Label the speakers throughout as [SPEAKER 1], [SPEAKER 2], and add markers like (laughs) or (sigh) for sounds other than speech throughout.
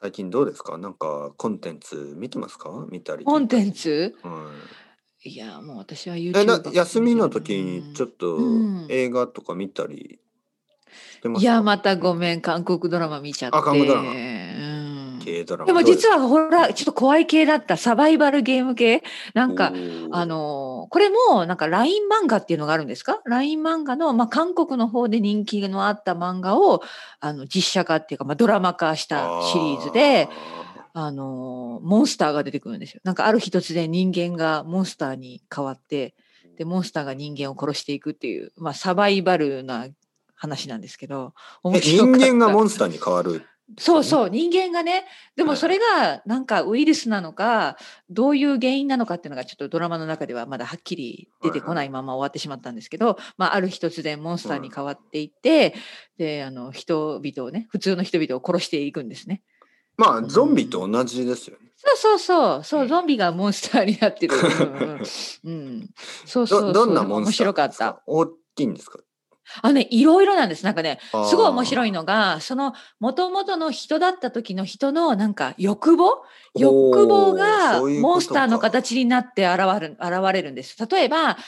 [SPEAKER 1] 最近どうですかなんかコンテンツ見てますか見たり聞いたり。
[SPEAKER 2] コンテンツ
[SPEAKER 1] はい
[SPEAKER 2] や、もう私は YouTube
[SPEAKER 1] い。え、
[SPEAKER 2] ばっ
[SPEAKER 1] な
[SPEAKER 2] かり
[SPEAKER 1] 休みの時にちょっと
[SPEAKER 2] うん
[SPEAKER 1] 映画とか見たりしてま
[SPEAKER 2] い
[SPEAKER 1] すか、
[SPEAKER 2] や、またごめん、韓国ドラマ見ちゃって。
[SPEAKER 1] あ韓国ドラマ
[SPEAKER 2] うん
[SPEAKER 1] 軽ドラマ
[SPEAKER 2] でも実
[SPEAKER 1] は
[SPEAKER 2] はほら、ちょっと怖い系だった、サバイバルゲーム系。なんか、あ、のーこれもなんか LINE 漫画っていうのがあるんですか ?LINE 漫画の、まあ、韓国の方で人気のあった漫画をあの実写化っていうか、まあ、ドラマ化したシリーズで、あのーモンスターが出てくるんですよ。なんかある日突然人間がモンスターに変わってでモンスターが人間を殺していくっていう、まあ、サバイバルな話なんですけど
[SPEAKER 1] あー
[SPEAKER 2] 面
[SPEAKER 1] え
[SPEAKER 2] 白
[SPEAKER 1] 人
[SPEAKER 2] かった
[SPEAKER 1] 間がモンスターに変わる。
[SPEAKER 2] そうそう人間がねで
[SPEAKER 1] は
[SPEAKER 2] も
[SPEAKER 1] い
[SPEAKER 2] それがなんかウイルスなのかどういう原因なのかっていうのがちょっとドラマの中ではまだはっきり出てこないまま終わってしまったんですけど、まあ、ある日突然モンスターに変わっていって、であの人々をね普通の人々を殺していくんですね。
[SPEAKER 1] まあ
[SPEAKER 2] うん
[SPEAKER 1] ゾンビと同じですよね。
[SPEAKER 2] そうそうそうそう、
[SPEAKER 1] うん
[SPEAKER 2] ゾンビがモンスターになっ
[SPEAKER 1] (laughs)
[SPEAKER 2] てる。うん、うんうんそうそうそう
[SPEAKER 1] どどんなモンスター
[SPEAKER 2] 面白かっ
[SPEAKER 1] です
[SPEAKER 2] た。
[SPEAKER 1] 大きいんですか
[SPEAKER 2] あのねいろいろなんですなんかね
[SPEAKER 1] あー
[SPEAKER 2] すごい面白いのが、その元々の人だった時の人のなんか欲望欲望
[SPEAKER 1] おー
[SPEAKER 2] が
[SPEAKER 1] そういうことか
[SPEAKER 2] モンスターの形になって現れる現れるんです。例えば、あ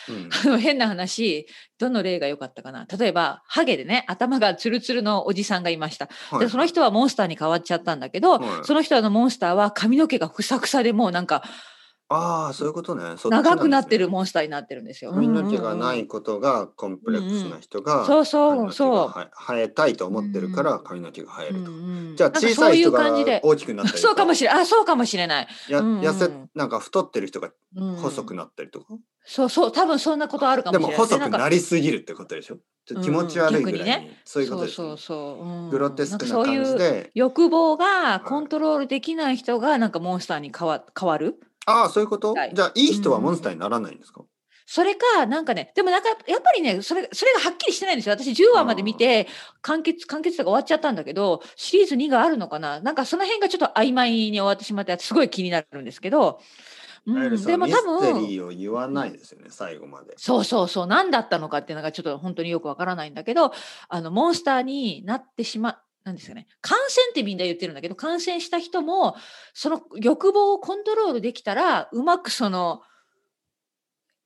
[SPEAKER 1] うん
[SPEAKER 2] の変な話、どの例が良かったかな。例えば、ハゲでね、頭がツルツルのおじさんがいました。
[SPEAKER 1] はい
[SPEAKER 2] で、その人はモンスターに変わっちゃったんだけど、
[SPEAKER 1] はい
[SPEAKER 2] その人のモンスターは髪の毛がふさふさでもうなんか
[SPEAKER 1] ああそういうことね。そっちんですね
[SPEAKER 2] 長くなってるモンスターになってるんですよ。
[SPEAKER 1] 髪の毛がな
[SPEAKER 2] うんうんう
[SPEAKER 1] い
[SPEAKER 2] ん。
[SPEAKER 1] ことがコンプレックスな人が、
[SPEAKER 2] そうそう
[SPEAKER 1] 髪の毛が
[SPEAKER 2] そう。
[SPEAKER 1] は生えたいと思ってるか
[SPEAKER 2] う
[SPEAKER 1] ら髪の毛が生えると。
[SPEAKER 2] うんうん
[SPEAKER 1] じゃあ
[SPEAKER 2] なん
[SPEAKER 1] 小さ
[SPEAKER 2] か
[SPEAKER 1] い人
[SPEAKER 2] そういう
[SPEAKER 1] が
[SPEAKER 2] 感じで
[SPEAKER 1] 大きくなったりと
[SPEAKER 2] そうかもしれない。あ、そうかもしれない。
[SPEAKER 1] や
[SPEAKER 2] うんうん
[SPEAKER 1] 痩せなんか太ってる人が
[SPEAKER 2] うん
[SPEAKER 1] 細くなったりとか、
[SPEAKER 2] そうそう、多分そんなことあるかも
[SPEAKER 1] で
[SPEAKER 2] しれ
[SPEAKER 1] も
[SPEAKER 2] ない。
[SPEAKER 1] 細く
[SPEAKER 2] んか
[SPEAKER 1] なりすぎるってことでしょちょっと気持ち悪いぐらいに、
[SPEAKER 2] うんうん逆
[SPEAKER 1] そういうことです、ね
[SPEAKER 2] そうそうそう、うん
[SPEAKER 1] グロテスクな
[SPEAKER 2] なん
[SPEAKER 1] 感
[SPEAKER 2] かそ
[SPEAKER 1] じ
[SPEAKER 2] ういう
[SPEAKER 1] で
[SPEAKER 2] 欲望がコントロールできない人がなんかモンスターに変わ変わる
[SPEAKER 1] ああそういうこと、
[SPEAKER 2] はい
[SPEAKER 1] じゃあいい人はモンスターにならないんですか、
[SPEAKER 2] それかなんかねでもなんかやっぱりねそれそれがはっきりしてないんですよ私10話まで見て完結完結とか終わっちゃったんだけどシリーズ2があるのかななんかその辺がちょっと曖昧に終わってしまってすごい気になるんですけど、う
[SPEAKER 1] いわゆる
[SPEAKER 2] ん、
[SPEAKER 1] その
[SPEAKER 2] でも
[SPEAKER 1] ミ
[SPEAKER 2] 多
[SPEAKER 1] ステ
[SPEAKER 2] 分
[SPEAKER 1] リーを言わないですよね最後まで。
[SPEAKER 2] そうそうそう何だったのかっていうのがちょっと本当によくわからないんだけどあのモンスターになってしまなんですかね感染ってみんな言ってるんだけど感染した人もその欲望をコントロールできたらうまくその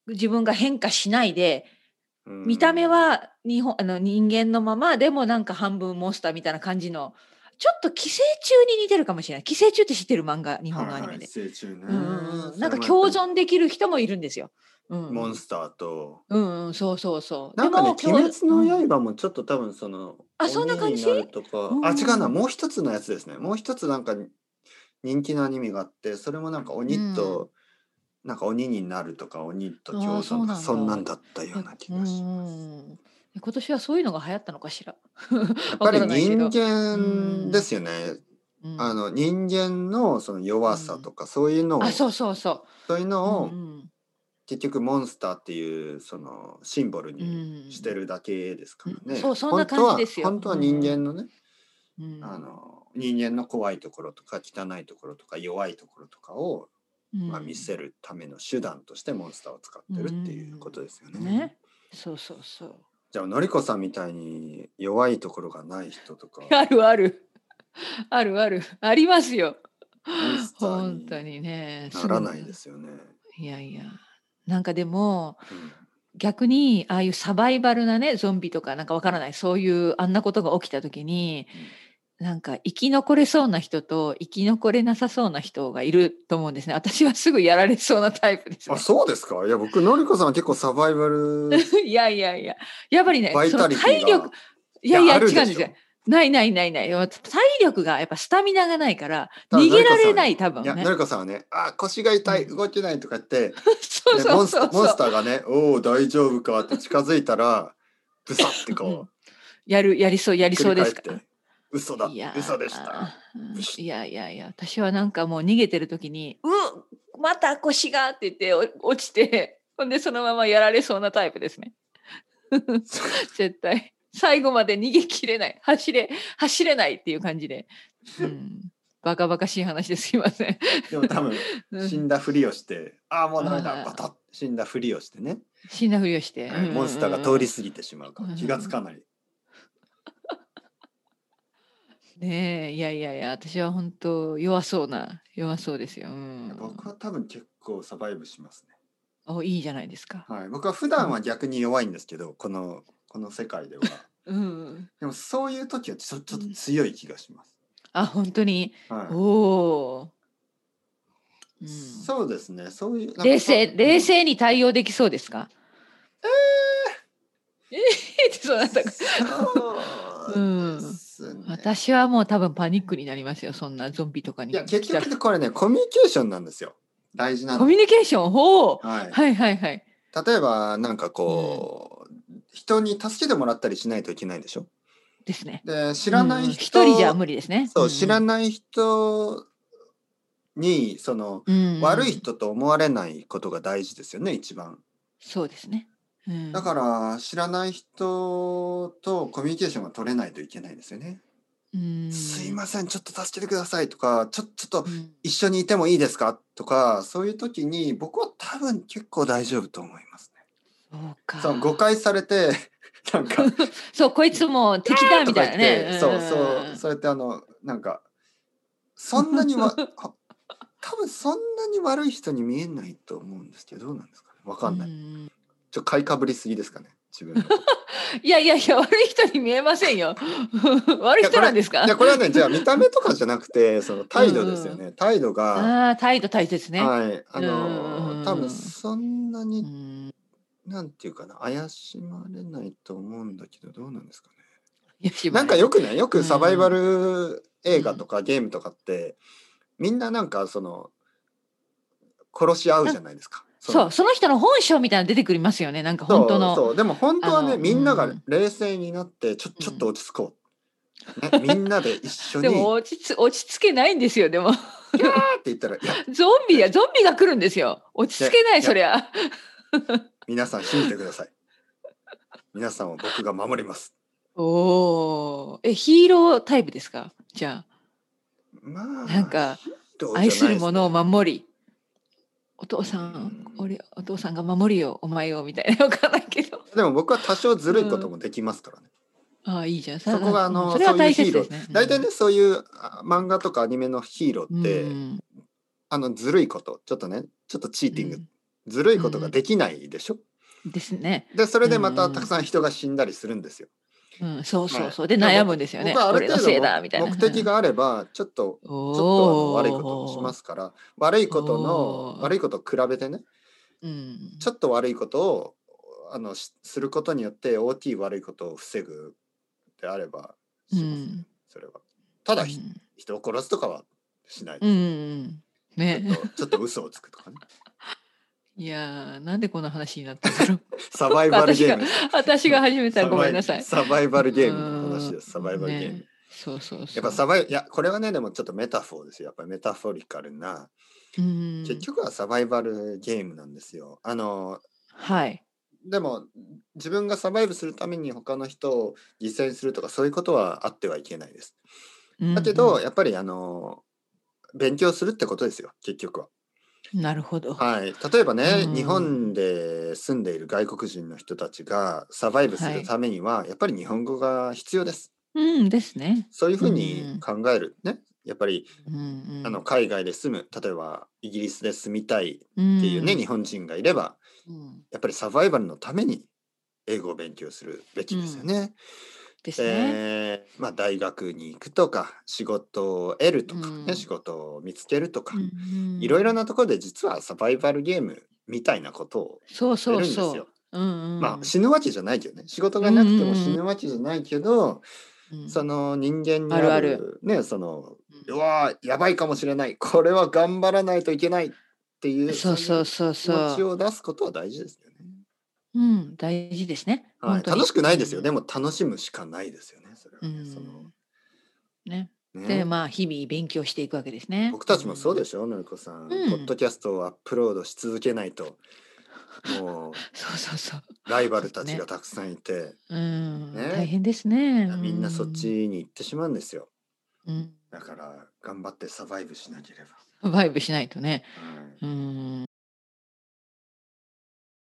[SPEAKER 2] 自分が変化しないで
[SPEAKER 1] うん
[SPEAKER 2] 見た目は日本あの人間のままでもなんか半分モンスターみたいな感じのちょっと寄生虫に似てるかもしれない寄生虫って知ってる漫画日本のアニメで、
[SPEAKER 1] 成虫ね
[SPEAKER 2] うんうんなんか共存できる人もいるんですよ。うんうん
[SPEAKER 1] モンスターと
[SPEAKER 2] うんうん、そうそうそう。
[SPEAKER 1] なんかね「
[SPEAKER 2] でも
[SPEAKER 1] 鬼滅
[SPEAKER 2] 今日
[SPEAKER 1] の刃」もちょっと多分その
[SPEAKER 2] あそんな感じ
[SPEAKER 1] 鬼になるとか
[SPEAKER 2] うん
[SPEAKER 1] あ違うなもう一つのやつですねもう一つなんか人気のアニメがあってそれもなんか鬼と、なんか鬼になるとか鬼と共
[SPEAKER 2] あそう
[SPEAKER 1] 存と
[SPEAKER 2] なんだ
[SPEAKER 1] かそんなんだったような気
[SPEAKER 2] うん
[SPEAKER 1] がし
[SPEAKER 2] う
[SPEAKER 1] ます。
[SPEAKER 2] んうん今年はそういうのが流行ったのかしら。
[SPEAKER 1] やっぱり
[SPEAKER 2] (laughs) わからないけ
[SPEAKER 1] 人
[SPEAKER 2] ど
[SPEAKER 1] 間ですよね、
[SPEAKER 2] うん
[SPEAKER 1] あの人間のその弱さとかそういうのを、
[SPEAKER 2] あ、
[SPEAKER 1] そ
[SPEAKER 2] そうそうそう
[SPEAKER 1] いう
[SPEAKER 2] う。
[SPEAKER 1] のを
[SPEAKER 2] うん
[SPEAKER 1] 結局モンスターっていうそのシンボル
[SPEAKER 2] う
[SPEAKER 1] に
[SPEAKER 2] ん
[SPEAKER 1] してるだけですから
[SPEAKER 2] うん
[SPEAKER 1] ね。
[SPEAKER 2] そうそんな感じですよ
[SPEAKER 1] 本当は本当は人間のね、
[SPEAKER 2] うん
[SPEAKER 1] あの人間の怖いところとか汚いところとか弱いところとかを、
[SPEAKER 2] うん
[SPEAKER 1] まあ、見せるための手段としてモンスターを使ってるっていうことですよね。
[SPEAKER 2] ね。そうそうそう。
[SPEAKER 1] じゃあのりこさんみたいに弱いところがない人とかモ
[SPEAKER 2] あるある。 (laughs) あるある。ありますよ。
[SPEAKER 1] ンスタ
[SPEAKER 2] 本当
[SPEAKER 1] ーに
[SPEAKER 2] にね。
[SPEAKER 1] ならないですすよね。
[SPEAKER 2] ごい。いやいや。なんかでも、
[SPEAKER 1] うん
[SPEAKER 2] 逆にああいうサバイバルなねゾンビとかなんかわからないそういうあんなことが起きた時に、なんか生き残れそうな人と生き残れなさそうな人がいると思うんですね私はすぐやられそうなタイプです、ね
[SPEAKER 1] あ、そうですかいや僕のりこさんは結構サバイバル
[SPEAKER 2] (laughs) いやいやいややっぱりね
[SPEAKER 1] バイ
[SPEAKER 2] その
[SPEAKER 1] タリティが
[SPEAKER 2] 体力いやいや
[SPEAKER 1] あ
[SPEAKER 2] 違う
[SPEAKER 1] る
[SPEAKER 2] ん
[SPEAKER 1] で
[SPEAKER 2] で
[SPEAKER 1] しょ
[SPEAKER 2] すよないないないない体力がやっぱスタミナがないから
[SPEAKER 1] ただ
[SPEAKER 2] 逃げられない多
[SPEAKER 1] の
[SPEAKER 2] 分
[SPEAKER 1] りこさんいや
[SPEAKER 2] ね
[SPEAKER 1] のりこさんはねあ腰が痛い
[SPEAKER 2] うん
[SPEAKER 1] 動けないとか言って
[SPEAKER 2] (laughs) (laughs) そう
[SPEAKER 1] で
[SPEAKER 2] そ
[SPEAKER 1] モ
[SPEAKER 2] う
[SPEAKER 1] ンス
[SPEAKER 2] そ
[SPEAKER 1] タ
[SPEAKER 2] う
[SPEAKER 1] ーモン
[SPEAKER 2] そ
[SPEAKER 1] ス
[SPEAKER 2] う
[SPEAKER 1] ターがね「おお大丈夫か」って近づいたらブサッてこう。
[SPEAKER 2] やるやりそうやりそうですか
[SPEAKER 1] 繰り返って嘘だ
[SPEAKER 2] いやー
[SPEAKER 1] 嘘でした。ブシ
[SPEAKER 2] いやいやいや私はなんかもう逃げてる時に「うっまた腰が!」って言ってお落ちてほんでそのままやられそうなタイプですね (laughs) 絶対最後まで逃げきれない走れ走れないっていう感じで、うん、バカバカしい話ですいません、
[SPEAKER 1] でも多分
[SPEAKER 2] うん
[SPEAKER 1] 死んだふりをして「ああもうダメ
[SPEAKER 2] あ
[SPEAKER 1] だ」
[SPEAKER 2] ー
[SPEAKER 1] バタッ死んだふりをしてね、
[SPEAKER 2] 死んだふりをして、
[SPEAKER 1] はいモンスターが通り
[SPEAKER 2] 過
[SPEAKER 1] 過ぎてしまうか
[SPEAKER 2] うんう
[SPEAKER 1] ら
[SPEAKER 2] んうん
[SPEAKER 1] 気がつかない。
[SPEAKER 2] ねえいやいやいや私は本当弱そうな弱そうですよ、うん、
[SPEAKER 1] 僕は多分結構サバイブしますね。
[SPEAKER 2] おいいじゃないですか、
[SPEAKER 1] はい、僕は普段は逆に弱いんですけど、このこの世界では。
[SPEAKER 2] (laughs) うん、
[SPEAKER 1] でもそういう時はちょちょっと強い気がします。
[SPEAKER 2] あ本当に、
[SPEAKER 1] はい。
[SPEAKER 2] おお、うん、
[SPEAKER 1] そうですね。そういうなんか
[SPEAKER 2] 冷静
[SPEAKER 1] そう
[SPEAKER 2] 冷静に対応できそうですかえー、えってそうなったか
[SPEAKER 1] そうですね
[SPEAKER 2] 私はもう多分パニックになりますよそんなゾンビとかに
[SPEAKER 1] いや
[SPEAKER 2] 来
[SPEAKER 1] 結
[SPEAKER 2] たら
[SPEAKER 1] 局ねこれねコミュニケーションなんですよ。大事な
[SPEAKER 2] コ
[SPEAKER 1] の。
[SPEAKER 2] ミュニケーションほう
[SPEAKER 1] はい。
[SPEAKER 2] はいはいはい
[SPEAKER 1] 例えばなんかこう、人に助けてもらったりしないといけないでしょ。
[SPEAKER 2] ですね
[SPEAKER 1] で知らない
[SPEAKER 2] うん
[SPEAKER 1] 人、
[SPEAKER 2] 一人じゃ無理ですね
[SPEAKER 1] そう知ら
[SPEAKER 2] ん、
[SPEAKER 1] ない人にその、
[SPEAKER 2] うん
[SPEAKER 1] 悪い人と思われないことが大事ですよね一番。
[SPEAKER 2] そうですね、うん、
[SPEAKER 1] だから知らない人とコミュニケーションが取れないといけないですよね。
[SPEAKER 2] うん
[SPEAKER 1] すいませんちょっと助けてくださいとかちょちょっと
[SPEAKER 2] うん
[SPEAKER 1] 一緒にいてもいいですかとかそういう時に僕は多分結構大丈夫と思います
[SPEAKER 2] そう
[SPEAKER 1] ね。
[SPEAKER 2] か
[SPEAKER 1] そう誤解されて (laughs) なん
[SPEAKER 2] (laughs)
[SPEAKER 1] か
[SPEAKER 2] そうこいつもう敵だ
[SPEAKER 1] と
[SPEAKER 2] み
[SPEAKER 1] か
[SPEAKER 2] た
[SPEAKER 1] 言
[SPEAKER 2] い
[SPEAKER 1] っ
[SPEAKER 2] な
[SPEAKER 1] て、
[SPEAKER 2] ね
[SPEAKER 1] そうんそうそうやってあのなんかそんなに
[SPEAKER 2] (laughs)
[SPEAKER 1] わあ多分そんなに悪い人に見えないと思うんですけどどうなんですかねわかんない。
[SPEAKER 2] うん
[SPEAKER 1] ちょっと買いかぶりすぎですかね自分の。
[SPEAKER 2] (laughs) いやいやいや悪い人に見えません
[SPEAKER 1] (laughs)
[SPEAKER 2] よ悪い人なんですか
[SPEAKER 1] いやこれはねじゃあ見た目とかじゃなくてその態度ですよね、態度が、
[SPEAKER 2] ああ態度大切ね、
[SPEAKER 1] はいあ
[SPEAKER 2] うんうんう
[SPEAKER 1] の
[SPEAKER 2] ん
[SPEAKER 1] 多分そんな
[SPEAKER 2] う
[SPEAKER 1] に
[SPEAKER 2] ん
[SPEAKER 1] なんていうかな怪しまれないと思うんだけどどうなんですかね
[SPEAKER 2] いやしま
[SPEAKER 1] なんかよくねよくサバイバル映画
[SPEAKER 2] うん
[SPEAKER 1] とかゲームとかってみんななんかその殺し合うじゃないですか。
[SPEAKER 2] そう
[SPEAKER 1] の
[SPEAKER 2] その人の本性みたいなの出てくりますよねなんか
[SPEAKER 1] そう
[SPEAKER 2] 本当の
[SPEAKER 1] そうでも本当は
[SPEAKER 2] あ
[SPEAKER 1] ね
[SPEAKER 2] の
[SPEAKER 1] みんなが
[SPEAKER 2] うん
[SPEAKER 1] 冷静になってちょちょっと落ち着こう、ね、みんなで一緒に
[SPEAKER 2] で
[SPEAKER 1] 「キャー!」
[SPEAKER 2] も
[SPEAKER 1] っ
[SPEAKER 2] 落ちつ落ち着けないんですよでも (laughs)
[SPEAKER 1] て言ったら「いや
[SPEAKER 2] ゾンビやゾンビが来るんですよ落ち着けない
[SPEAKER 1] いや
[SPEAKER 2] そりゃ
[SPEAKER 1] 皆さん信じてください。皆さんを僕が守ります。
[SPEAKER 2] おーえヒーロータイプですかじゃ
[SPEAKER 1] まあ、
[SPEAKER 2] あなんか
[SPEAKER 1] どうじゃない
[SPEAKER 2] 愛する者を
[SPEAKER 1] で
[SPEAKER 2] 守りお父さん
[SPEAKER 1] うん
[SPEAKER 2] 俺お父さんが守るよお前をみたいなわかんないけど
[SPEAKER 1] すねでも僕は多少ずるいこともできますからね。
[SPEAKER 2] ああいいじゃん
[SPEAKER 1] そこがあの
[SPEAKER 2] それは大切
[SPEAKER 1] そういう
[SPEAKER 2] です
[SPEAKER 1] ヒーロ
[SPEAKER 2] ね
[SPEAKER 1] ー大体ね、そういうあ漫画とかアニメのヒーロ
[SPEAKER 2] う
[SPEAKER 1] ー
[SPEAKER 2] ん
[SPEAKER 1] って、
[SPEAKER 2] うん
[SPEAKER 1] あのずるいことちょっとねちょっとチーティング、ずるいことができないでしょ。
[SPEAKER 2] うんですね、
[SPEAKER 1] でそれでま
[SPEAKER 2] う
[SPEAKER 1] た
[SPEAKER 2] ん
[SPEAKER 1] たくさん人が死んだりするんですよ。
[SPEAKER 2] うん、そうそうそう、
[SPEAKER 1] はい
[SPEAKER 2] で悩むんですよね
[SPEAKER 1] 僕はある
[SPEAKER 2] 俺の
[SPEAKER 1] 程
[SPEAKER 2] せい
[SPEAKER 1] 度
[SPEAKER 2] だみたいな
[SPEAKER 1] の目的があればちょっと
[SPEAKER 2] ち
[SPEAKER 1] ちょ
[SPEAKER 2] ょ、
[SPEAKER 1] っとあの悪いことをしますすから悪いことの
[SPEAKER 2] おー
[SPEAKER 1] 悪いことを比べてね
[SPEAKER 2] うん、
[SPEAKER 1] ちょっと悪いことをあのしすることによって OT 悪いことを防ぐであればしますね、
[SPEAKER 2] うん
[SPEAKER 1] それは。ただ、ひ
[SPEAKER 2] うん
[SPEAKER 1] 人を殺すとかはしない、
[SPEAKER 2] うんうん
[SPEAKER 1] ちょっ
[SPEAKER 2] ね
[SPEAKER 1] とちょっと嘘をつくとかね。
[SPEAKER 2] いやーなんでこんな話になったん
[SPEAKER 1] (laughs)
[SPEAKER 2] だろう
[SPEAKER 1] サバイバルゲーム。
[SPEAKER 2] 私が始めたらごめんなさい
[SPEAKER 1] サバイサバイバルゲームの話です。サバイバルゲーム。
[SPEAKER 2] ねそうそうそう
[SPEAKER 1] やっぱサバイいやこれはねでもちょっとメタフォーですよやっぱりメタフォリカルな、
[SPEAKER 2] うん
[SPEAKER 1] 結局はサバイバルゲームなんですよあの
[SPEAKER 2] はい
[SPEAKER 1] でも自分がサバイブするために他の人を犠牲にするとかそういうことはあってはいけないです。だけど、やっぱりあの勉強するってことですよ結局は。
[SPEAKER 2] うんなるほど
[SPEAKER 1] はい、例えばね、
[SPEAKER 2] うん
[SPEAKER 1] 日本で住んでいる外国人の人たちがサバイブす
[SPEAKER 2] はい
[SPEAKER 1] るためには、やっぱり日本語が必要です。
[SPEAKER 2] うんですね、
[SPEAKER 1] そういうふうに考える、ねやっぱり
[SPEAKER 2] うんうん、
[SPEAKER 1] あの海外で住む例えばイギリスで住みたい
[SPEAKER 2] うん
[SPEAKER 1] っていうね、日本人がいれば
[SPEAKER 2] うん
[SPEAKER 1] やっぱりサバイバルのために英語を勉強するべきですよね。
[SPEAKER 2] ですね、
[SPEAKER 1] えーまあ、大学に行くとか仕事を得るとか、ね
[SPEAKER 2] うん
[SPEAKER 1] 仕事を見つけるとか、
[SPEAKER 2] うんうん
[SPEAKER 1] いろいろなところで実はサバイバルゲームみたいなことを
[SPEAKER 2] そう
[SPEAKER 1] してる
[SPEAKER 2] そ
[SPEAKER 1] ん
[SPEAKER 2] う
[SPEAKER 1] ですよ。
[SPEAKER 2] そう、うんうん、
[SPEAKER 1] まあ、死ぬわけじゃないけどね仕事がなくて
[SPEAKER 2] うんうん
[SPEAKER 1] も
[SPEAKER 2] うん
[SPEAKER 1] 死ぬわけじゃないけど、
[SPEAKER 2] うん
[SPEAKER 1] その人間に
[SPEAKER 2] ある
[SPEAKER 1] あ
[SPEAKER 2] あ
[SPEAKER 1] るねその
[SPEAKER 2] うん
[SPEAKER 1] うわーやばいかもしれないこれは頑張らないといけないっていう
[SPEAKER 2] そうそうそう
[SPEAKER 1] そ
[SPEAKER 2] そう
[SPEAKER 1] いう気持ち
[SPEAKER 2] う、
[SPEAKER 1] を出すことは大事ですよね。
[SPEAKER 2] うん、大事ですね、
[SPEAKER 1] は
[SPEAKER 2] 本
[SPEAKER 1] い、
[SPEAKER 2] 当に
[SPEAKER 1] 楽しくないですよ、
[SPEAKER 2] うん
[SPEAKER 1] でも楽しむしかないですよねそれは
[SPEAKER 2] う
[SPEAKER 1] ね。
[SPEAKER 2] ん
[SPEAKER 1] その
[SPEAKER 2] ね、
[SPEAKER 1] ね
[SPEAKER 2] でまあ日々勉強していくわけですね。。
[SPEAKER 1] 僕たちもそうですしょ、のりこさん,、
[SPEAKER 2] うん
[SPEAKER 1] ポッドキャストをアップロードし続けないと、も
[SPEAKER 2] そうそうそう。
[SPEAKER 1] うライバルたちがたくさんいて、
[SPEAKER 2] うん、
[SPEAKER 1] ね
[SPEAKER 2] 大変ですね。
[SPEAKER 1] みんなそっち
[SPEAKER 2] うん。
[SPEAKER 1] に行ってしまうんですよ。
[SPEAKER 2] うん、
[SPEAKER 1] だから頑張ってサバイブしなければ。
[SPEAKER 2] サバイブしないとね。
[SPEAKER 1] はい
[SPEAKER 2] うん。